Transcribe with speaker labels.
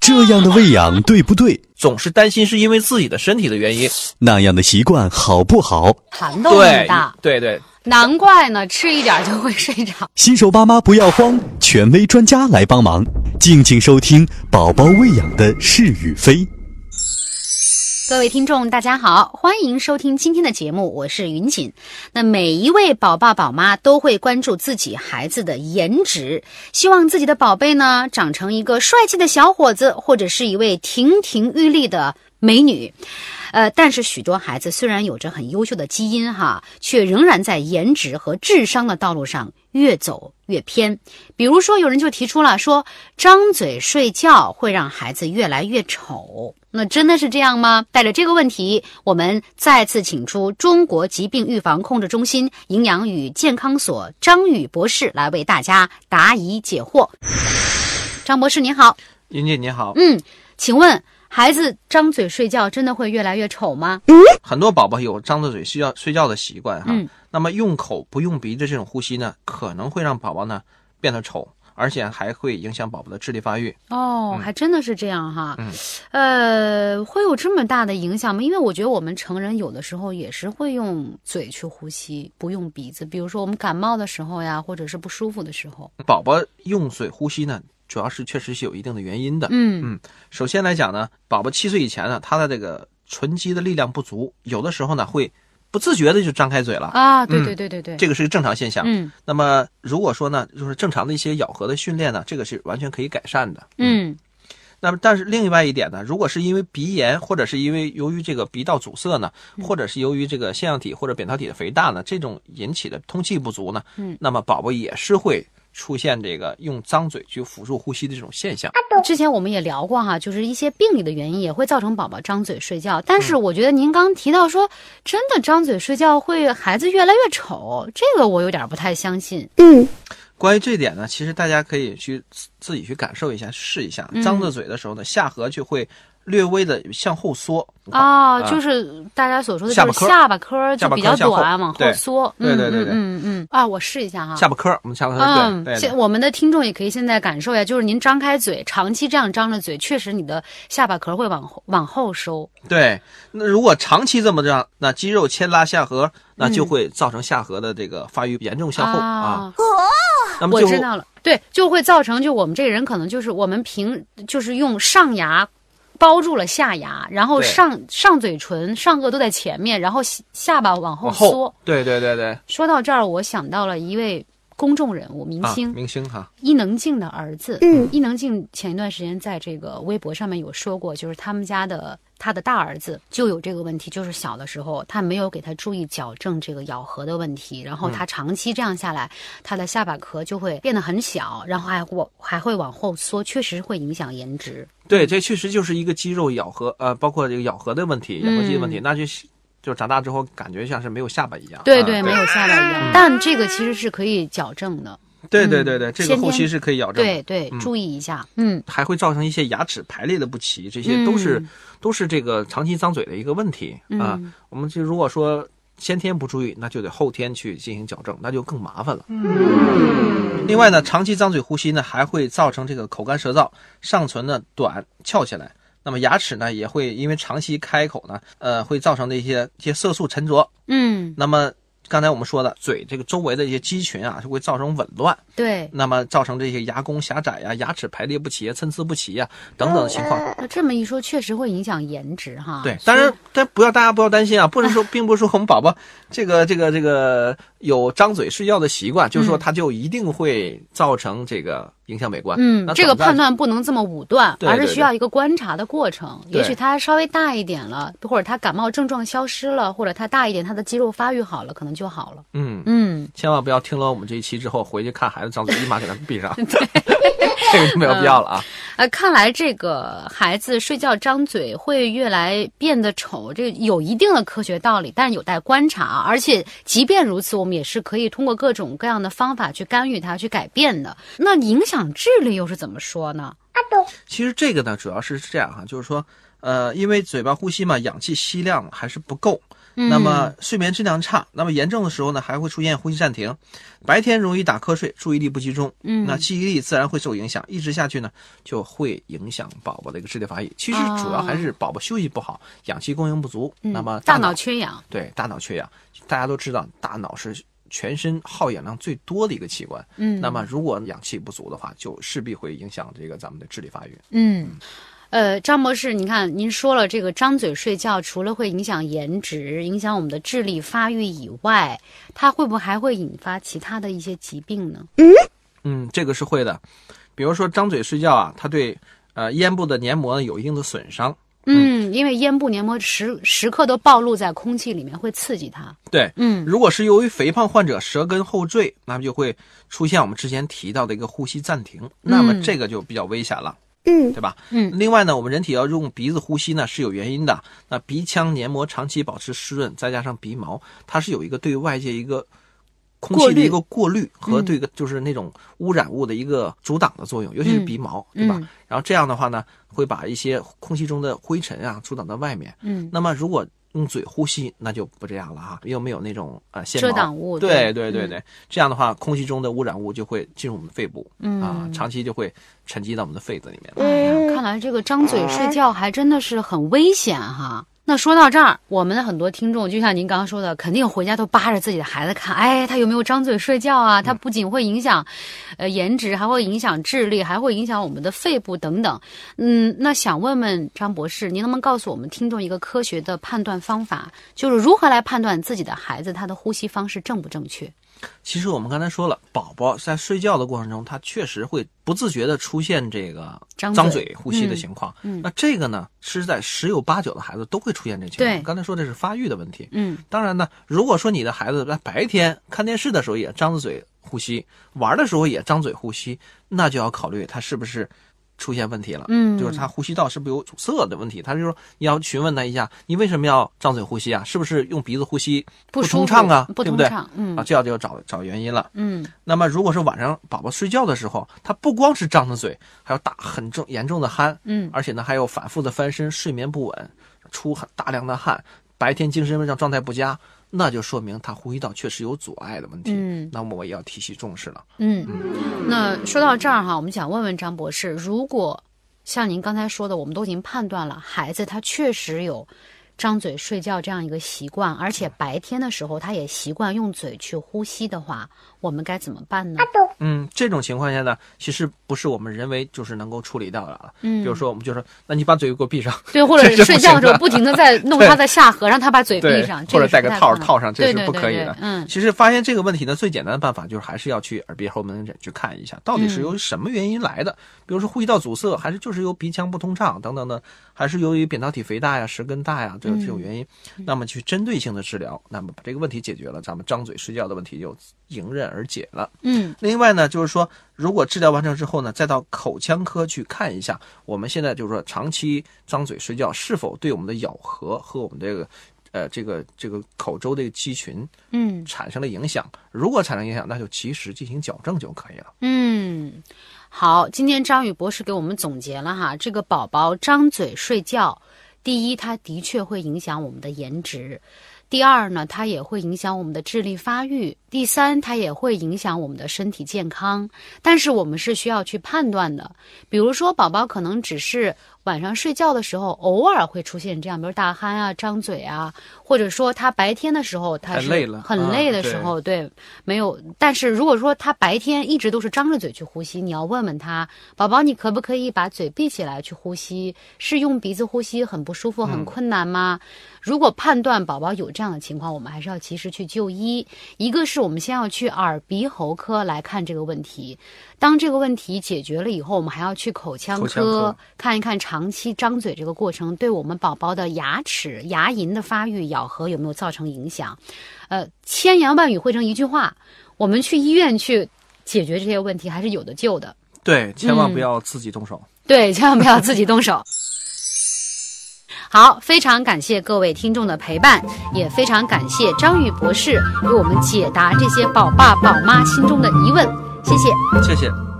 Speaker 1: 这样的喂养对不对？
Speaker 2: 总是担心是因为自己的身体的原因。
Speaker 1: 那样的习惯好不好？
Speaker 3: 寒斗很
Speaker 2: 对
Speaker 3: 大，，
Speaker 2: 对对，
Speaker 3: 难怪呢，吃一点就会睡着。
Speaker 1: 新手爸妈不要慌，权威专家来帮忙。敬请收听《宝宝喂养的是与非》。
Speaker 3: 各位听众，大家好，欢迎收听今天的节目，我是云锦。那每一位宝爸宝妈都会关注自己孩子的颜值，希望自己的宝贝呢长成一个帅气的小伙子，或者是一位亭亭玉立的美女。呃，但是许多孩子虽然有着很优秀的基因哈，却仍然在颜值和智商的道路上越走越偏。比如说，有人就提出了说，张嘴睡觉会让孩子越来越丑。那真的是这样吗？带着这个问题，我们再次请出中国疾病预防控制中心营养与健康所张宇博士来为大家答疑解惑。张博士您好，
Speaker 2: 云姐你好，
Speaker 3: 嗯，请问孩子张嘴睡觉真的会越来越丑吗？
Speaker 2: 很多宝宝有张着嘴睡觉睡觉的习惯哈，
Speaker 3: 嗯
Speaker 2: 那么用口不用鼻子这种呼吸呢，可能会让宝宝呢变得丑，而且还会影响宝宝的智力发育。
Speaker 3: 哦，还真的是这样哈。
Speaker 2: 嗯
Speaker 3: 呃，会有这么大的影响吗？因为我觉得我们成人有的时候也是会用嘴去呼吸，不用鼻子。比如说我们感冒的时候呀，或者是不舒服的时候。
Speaker 2: 宝宝用嘴呼吸呢，主要是确实是有一定的原因的。
Speaker 3: 嗯
Speaker 2: 首先来讲呢，宝宝七岁以前呢，他的这个唇肌的力量不足，有的时候呢会不自觉的就张开嘴了，
Speaker 3: 啊，对
Speaker 2: 嗯
Speaker 3: 对对对对，
Speaker 2: 这个是正常现象。
Speaker 3: 嗯
Speaker 2: 那么如果说呢，就是正常的一些咬合的训练呢，这个是完全可以改善的。
Speaker 3: 嗯
Speaker 2: 那么，但是另外一点呢，如果是因为鼻炎，或者是因为由于这个鼻道阻塞呢，
Speaker 3: 嗯
Speaker 2: 或者是由于这个腺样体或者扁桃体的肥大呢，这种引起的通气不足呢，
Speaker 3: 嗯，
Speaker 2: 那么宝宝也是会出现这个用张嘴去辅助呼吸的这种现象。
Speaker 3: 之前我们也聊过哈，就是一些病理的原因也会造成宝宝张嘴睡觉。但是我觉得您刚提到说，真的张嘴睡觉会孩子越来越丑，这个我有点不太相信。
Speaker 2: 关于这点呢，其实大家可以去自自己去感受一下，试一下
Speaker 3: 嗯。
Speaker 2: 张着嘴的时候呢，下颌就会略微的向后缩。
Speaker 3: 啊，
Speaker 2: 啊
Speaker 3: 就是大家所说的，
Speaker 2: 下巴
Speaker 3: 就是
Speaker 2: 颏儿
Speaker 3: 下巴颏儿就
Speaker 2: 下巴
Speaker 3: 比
Speaker 2: 颏
Speaker 3: 较
Speaker 2: 儿向后
Speaker 3: 短，往后
Speaker 2: 对
Speaker 3: 缩。
Speaker 2: 对对对对
Speaker 3: 嗯嗯嗯嗯啊，我试一下哈。
Speaker 2: 下巴颏儿，我们下巴颏儿，
Speaker 3: 嗯，
Speaker 2: 对对
Speaker 3: 现
Speaker 2: 对，
Speaker 3: 我们的听众也可以现在感受一下，就是您张开嘴，长期这样张着嘴，确实你的下巴颏儿会往后往后收。
Speaker 2: 对。那如果长期这么样，那肌肉牵拉下颌，那就会造成下颌的这个发育严重向后啊。
Speaker 3: 嗯啊，
Speaker 2: 那么
Speaker 3: 我
Speaker 2: 就
Speaker 3: 知道了，对，就会造成就我们这个人可能就是我们平就是用上牙包住了下牙，然后
Speaker 2: 对
Speaker 3: 上上嘴唇、上颚都在前面，然后下下巴往后
Speaker 2: 往
Speaker 3: 缩。
Speaker 2: 后，对对对对，
Speaker 3: 说到这儿，我想到了一位公众人物、明
Speaker 2: 啊，
Speaker 3: 星、
Speaker 2: 明星哈，
Speaker 3: 伊能静的儿子。嗯，伊能静前一段时间在这个微博上面有说过，就是他们家的他的大儿子就有这个问题，就是小的时候他没有给他注意矫正这个咬合的问题，然后他长期这样下来，他的下巴颏就会变得很小，然后还往还会往后缩，确实会影响颜值。
Speaker 2: 对，这确实就是一个肌肉咬合，呃，包括这个咬合的问题，
Speaker 3: 嗯
Speaker 2: 咬合肌的问题，那就就长大之后感觉像是没有下巴一样。
Speaker 3: 对
Speaker 2: 啊
Speaker 3: 对，没有下巴一样，但这个其实是可以矫正的。
Speaker 2: 对对对对，这个
Speaker 3: 嗯先
Speaker 2: 后期
Speaker 3: 天
Speaker 2: 是可以矫正的。
Speaker 3: 对对，
Speaker 2: 嗯
Speaker 3: 注意一下。嗯
Speaker 2: 还会造成一些牙齿排列的不齐，这些都是、
Speaker 3: 嗯
Speaker 2: 都是这个长期张嘴的一个问题啊。
Speaker 3: 嗯
Speaker 2: 我们就如果说先天不注意，那就得后天去进行矫正，那就更麻烦了。另外呢，长期张嘴呼吸呢，还会造成这个口干舌燥，上唇呢短翘起来。那么牙齿呢，也会因为长期开口呢，呃，会造成的一些一些色素沉着。
Speaker 3: 嗯，
Speaker 2: 那么刚才我们说的，嘴这个周围的一些肌群啊，就会造成紊乱。
Speaker 3: 对。
Speaker 2: 那么造成这些牙弓狭窄呀、牙齿排列不齐、啊、参差不齐呀、等等的情况。
Speaker 3: 那呃这么一说，确实会影响颜值哈。
Speaker 2: 对，
Speaker 3: 啊所
Speaker 2: 当
Speaker 3: 以
Speaker 2: 然，但不要大家不要担心啊，不是说，并不是说我们宝宝这个这个这个有张嘴睡觉的习惯，
Speaker 3: 嗯
Speaker 2: 就是说他就一定会造成这个影响美观。
Speaker 3: 嗯
Speaker 2: 那，
Speaker 3: 这个
Speaker 2: 短暂
Speaker 3: 判断不能这么武断，
Speaker 2: 对
Speaker 3: 而是
Speaker 2: 对
Speaker 3: 需
Speaker 2: 对
Speaker 3: 要一个观察的过程。也
Speaker 2: 对
Speaker 3: 许他稍微大一点了，或者他感冒症状消失了，或者他大一点，他的肌肉发育好了，可能就好了。
Speaker 2: 嗯，
Speaker 3: 嗯，
Speaker 2: 千万不要听了我们这一期之后回去看孩子张嘴，立马给他闭 上，这个就没有必要了啊。
Speaker 3: 呃，看来这个孩子睡觉张嘴会越来变得丑，这个有一定的科学道理，但是有待观察啊。而且即便如此，我们也是可以通过各种各样的方法去干预他，去改变的。那影响智力又是怎么说呢？
Speaker 2: 其实这个呢，主要是这样哈、就是说，呃，因为嘴巴呼吸嘛，氧气吸量还是不够。
Speaker 3: 嗯
Speaker 2: 那么睡眠质量差，那么严重的时候呢，还会出现呼吸暂停，白天容易打瞌睡，注意力不集中，
Speaker 3: 嗯
Speaker 2: 那记忆力自然会受影响，一直下去呢，就会影响宝宝的一个智力发育。其实主要还是宝宝休息不好，氧气供应不足，
Speaker 3: 嗯
Speaker 2: 那么
Speaker 3: 大
Speaker 2: 脑
Speaker 3: 脑缺氧，
Speaker 2: 对大脑缺氧，大家都知道，大脑是全身耗氧量最多的一个器官。
Speaker 3: 嗯，
Speaker 2: 那么，如果氧气不足的话，就势必会影响这个咱们的智力发育。
Speaker 3: 嗯。呃，张博士，你看，您说了这个张嘴睡觉，除了会影响颜值、影响我们的智力发育以外，它会不会还会引发其他的一些疾病呢？
Speaker 2: 嗯，这个是会的。比如说张嘴睡觉啊，它对呃咽部的黏膜呢有一定的损伤。
Speaker 3: 嗯，因为咽部黏膜时时刻都暴露在空气里面，会刺激它。
Speaker 2: 对，
Speaker 3: 嗯
Speaker 2: 如果是由于肥胖患者舌根后坠，那么就会出现我们之前提到的一个呼吸暂停，那么这个就比较危险了，
Speaker 4: 嗯
Speaker 2: 对吧？
Speaker 3: 嗯
Speaker 2: 另外呢，我们人体要用鼻子呼吸呢是有原因的。那鼻腔黏膜长期保持湿润，再加上鼻毛，它是有一个对外界一个空
Speaker 3: 过
Speaker 2: 气的
Speaker 3: 滤
Speaker 2: 一个过滤和
Speaker 3: 嗯
Speaker 2: 对一个就是那种污染物的一个阻挡的作用，尤其是
Speaker 3: 嗯
Speaker 2: 鼻毛，对吧
Speaker 3: 嗯？
Speaker 2: 然后这样的话呢，会把一些空气中的灰尘啊阻挡到外面。
Speaker 3: 嗯，
Speaker 2: 那么如果用嘴呼吸，那就不这样了哈，又没有那种呃纤毛
Speaker 3: 遮挡物。嗯
Speaker 2: 对对对对，这样的话，空气中的污染物就会进入我们的肺部、
Speaker 3: 嗯
Speaker 2: 啊，长期就会沉积到我们的肺子里面。
Speaker 3: 哎呀，
Speaker 4: 嗯
Speaker 3: 看来这个张嘴睡觉还真的是很危险哈。那说到这儿，我们的很多听众，就像您刚刚说的，肯定回家都扒着自己的孩子看，哎，他有没有张嘴睡觉
Speaker 2: 嗯
Speaker 3: 啊？他不仅会影响，呃，颜值，还会影响智力，还会影响我们的肺部等等。嗯，那想问问张博士，您能不能告诉我们听众一个科学的判断方法，就是如何来判断自己的孩子他的呼吸方式正不正确？
Speaker 2: 其实我们刚才说了，宝宝在睡觉的过程中，他确实会不自觉的出现这个
Speaker 3: 张
Speaker 2: 张
Speaker 3: 嘴
Speaker 2: 嘴呼吸的情况。
Speaker 3: 嗯嗯
Speaker 2: 那这个呢，是在十有八九的孩子都会出现这情
Speaker 3: 对
Speaker 2: 况。刚才说这是发育的问题。
Speaker 3: 嗯
Speaker 2: 当然呢，如果说你的孩子在白天看电视的时候也张着嘴呼吸，玩的时候也张嘴呼吸，那就要考虑他是不是出现问题了。
Speaker 3: 嗯，
Speaker 2: 就是他呼吸道是不是有阻塞的问题？他就说你要询问他一下，你为什么要张嘴呼吸啊？是不是用鼻子呼吸
Speaker 3: 不舒
Speaker 2: 通
Speaker 3: 服
Speaker 2: 畅啊？
Speaker 3: 不
Speaker 2: 对不
Speaker 3: 通
Speaker 2: 对？
Speaker 3: 畅，嗯
Speaker 2: 啊，这样就要找找原因了。
Speaker 3: 嗯
Speaker 2: 那么如果说晚上宝宝睡觉的时候，他不光是张着嘴，还有大很重严重的鼾，
Speaker 3: 嗯
Speaker 2: 而且呢还有反复的翻身、睡眠不稳、出很大量的汗，白天精神上状态不佳，那就说明他呼吸道确实有阻碍的问题。
Speaker 3: 嗯
Speaker 2: 那么我也要提起重视了。
Speaker 3: 嗯，那说到这儿哈，我们想问问张博士，如果像您刚才说的，我们都已经判断了孩子他确实有张嘴睡觉这样一个习惯，而且白天的时候他也习惯用嘴去呼吸的话，我们该怎么办呢？
Speaker 2: 嗯，这种情况下呢，其实不是我们人为就是能够处理掉的了。
Speaker 3: 嗯
Speaker 2: 比如说我们就说，那你把嘴给我闭上，
Speaker 3: 对，或者
Speaker 2: 这是不
Speaker 3: 睡觉的时
Speaker 2: 行
Speaker 3: 候
Speaker 2: 的
Speaker 3: 不停的在弄他的下颌，让他把嘴闭
Speaker 2: 对
Speaker 3: 上，，这
Speaker 2: 或
Speaker 3: 个
Speaker 2: 者
Speaker 3: 是
Speaker 2: 戴
Speaker 3: 不
Speaker 2: 个
Speaker 3: 太
Speaker 2: 套儿
Speaker 3: 可能
Speaker 2: 套上，这
Speaker 3: 对
Speaker 2: 是
Speaker 3: 对
Speaker 2: 不
Speaker 3: 对
Speaker 2: 可以
Speaker 3: 对
Speaker 2: 的。
Speaker 3: 嗯
Speaker 2: 其实发现这个问题呢，最简单的办法就是还是要去耳鼻喉门诊去看一下，到底是
Speaker 3: 嗯
Speaker 2: 由什么原因来的，比如说呼吸道阻塞，还是就是由鼻腔不通畅等等的，还是由于扁桃体肥大呀、舌根大呀这
Speaker 3: 嗯
Speaker 2: 这种原因，那么去针对性的治疗，那么把这个问题解决了，咱们张嘴睡觉的问题就迎刃而解了。
Speaker 3: 嗯
Speaker 2: 另外呢，就是说，如果治疗完成之后呢，再到口腔科去看一下，我们现在就是说，长期张嘴睡觉是否对我们的咬合和我们这个，呃，这个这个口周这个肌群
Speaker 3: 嗯
Speaker 2: 产生了影响。如果产生影响，那就及时进行矫正就可以了。
Speaker 3: 嗯，好，今天张宇博士给我们总结了哈，这个宝宝张嘴睡觉，第一，它的确会影响我们的颜值；第二呢，它也会影响我们的智力发育；第三，它也会影响我们的身体健康。但是我们是需要去判断的，比如说宝宝可能只是晚上睡觉的时候偶尔会出现这样，比如大鼾啊、张嘴啊，或者说他白天的时候他
Speaker 2: 太
Speaker 3: 是
Speaker 2: 累了
Speaker 3: 很
Speaker 2: 啊
Speaker 3: 累的
Speaker 2: 对
Speaker 3: 时候，对，没有。但是如果说他白天一直都是张着嘴去呼吸，你要问问他，宝宝，你可不可以把嘴闭起来去呼吸？是用鼻子呼吸很不舒服、很困难吗？
Speaker 2: 嗯
Speaker 3: 如果判断宝宝有这样的情况，我们还是要及时去就医。一个是我们先要去耳鼻喉科来看这个问题，当这个问题解决了以后，我们还要去口腔
Speaker 2: 口腔
Speaker 3: 科
Speaker 2: 科
Speaker 3: 看一看长期张嘴这个过程对我们宝宝的牙齿、牙龈的发育、咬合有没有造成影响。呃，千言万语汇成一句话，我们去医院去解决这些问题还是有的救的。
Speaker 2: 对，千万
Speaker 3: 嗯
Speaker 2: 不要自己动手。
Speaker 3: 对，千万不要自己动手。好，非常感谢各位听众的陪伴，也非常感谢张宇博士给我们解答这些宝爸宝妈心中的疑问，谢谢。
Speaker 2: 谢谢。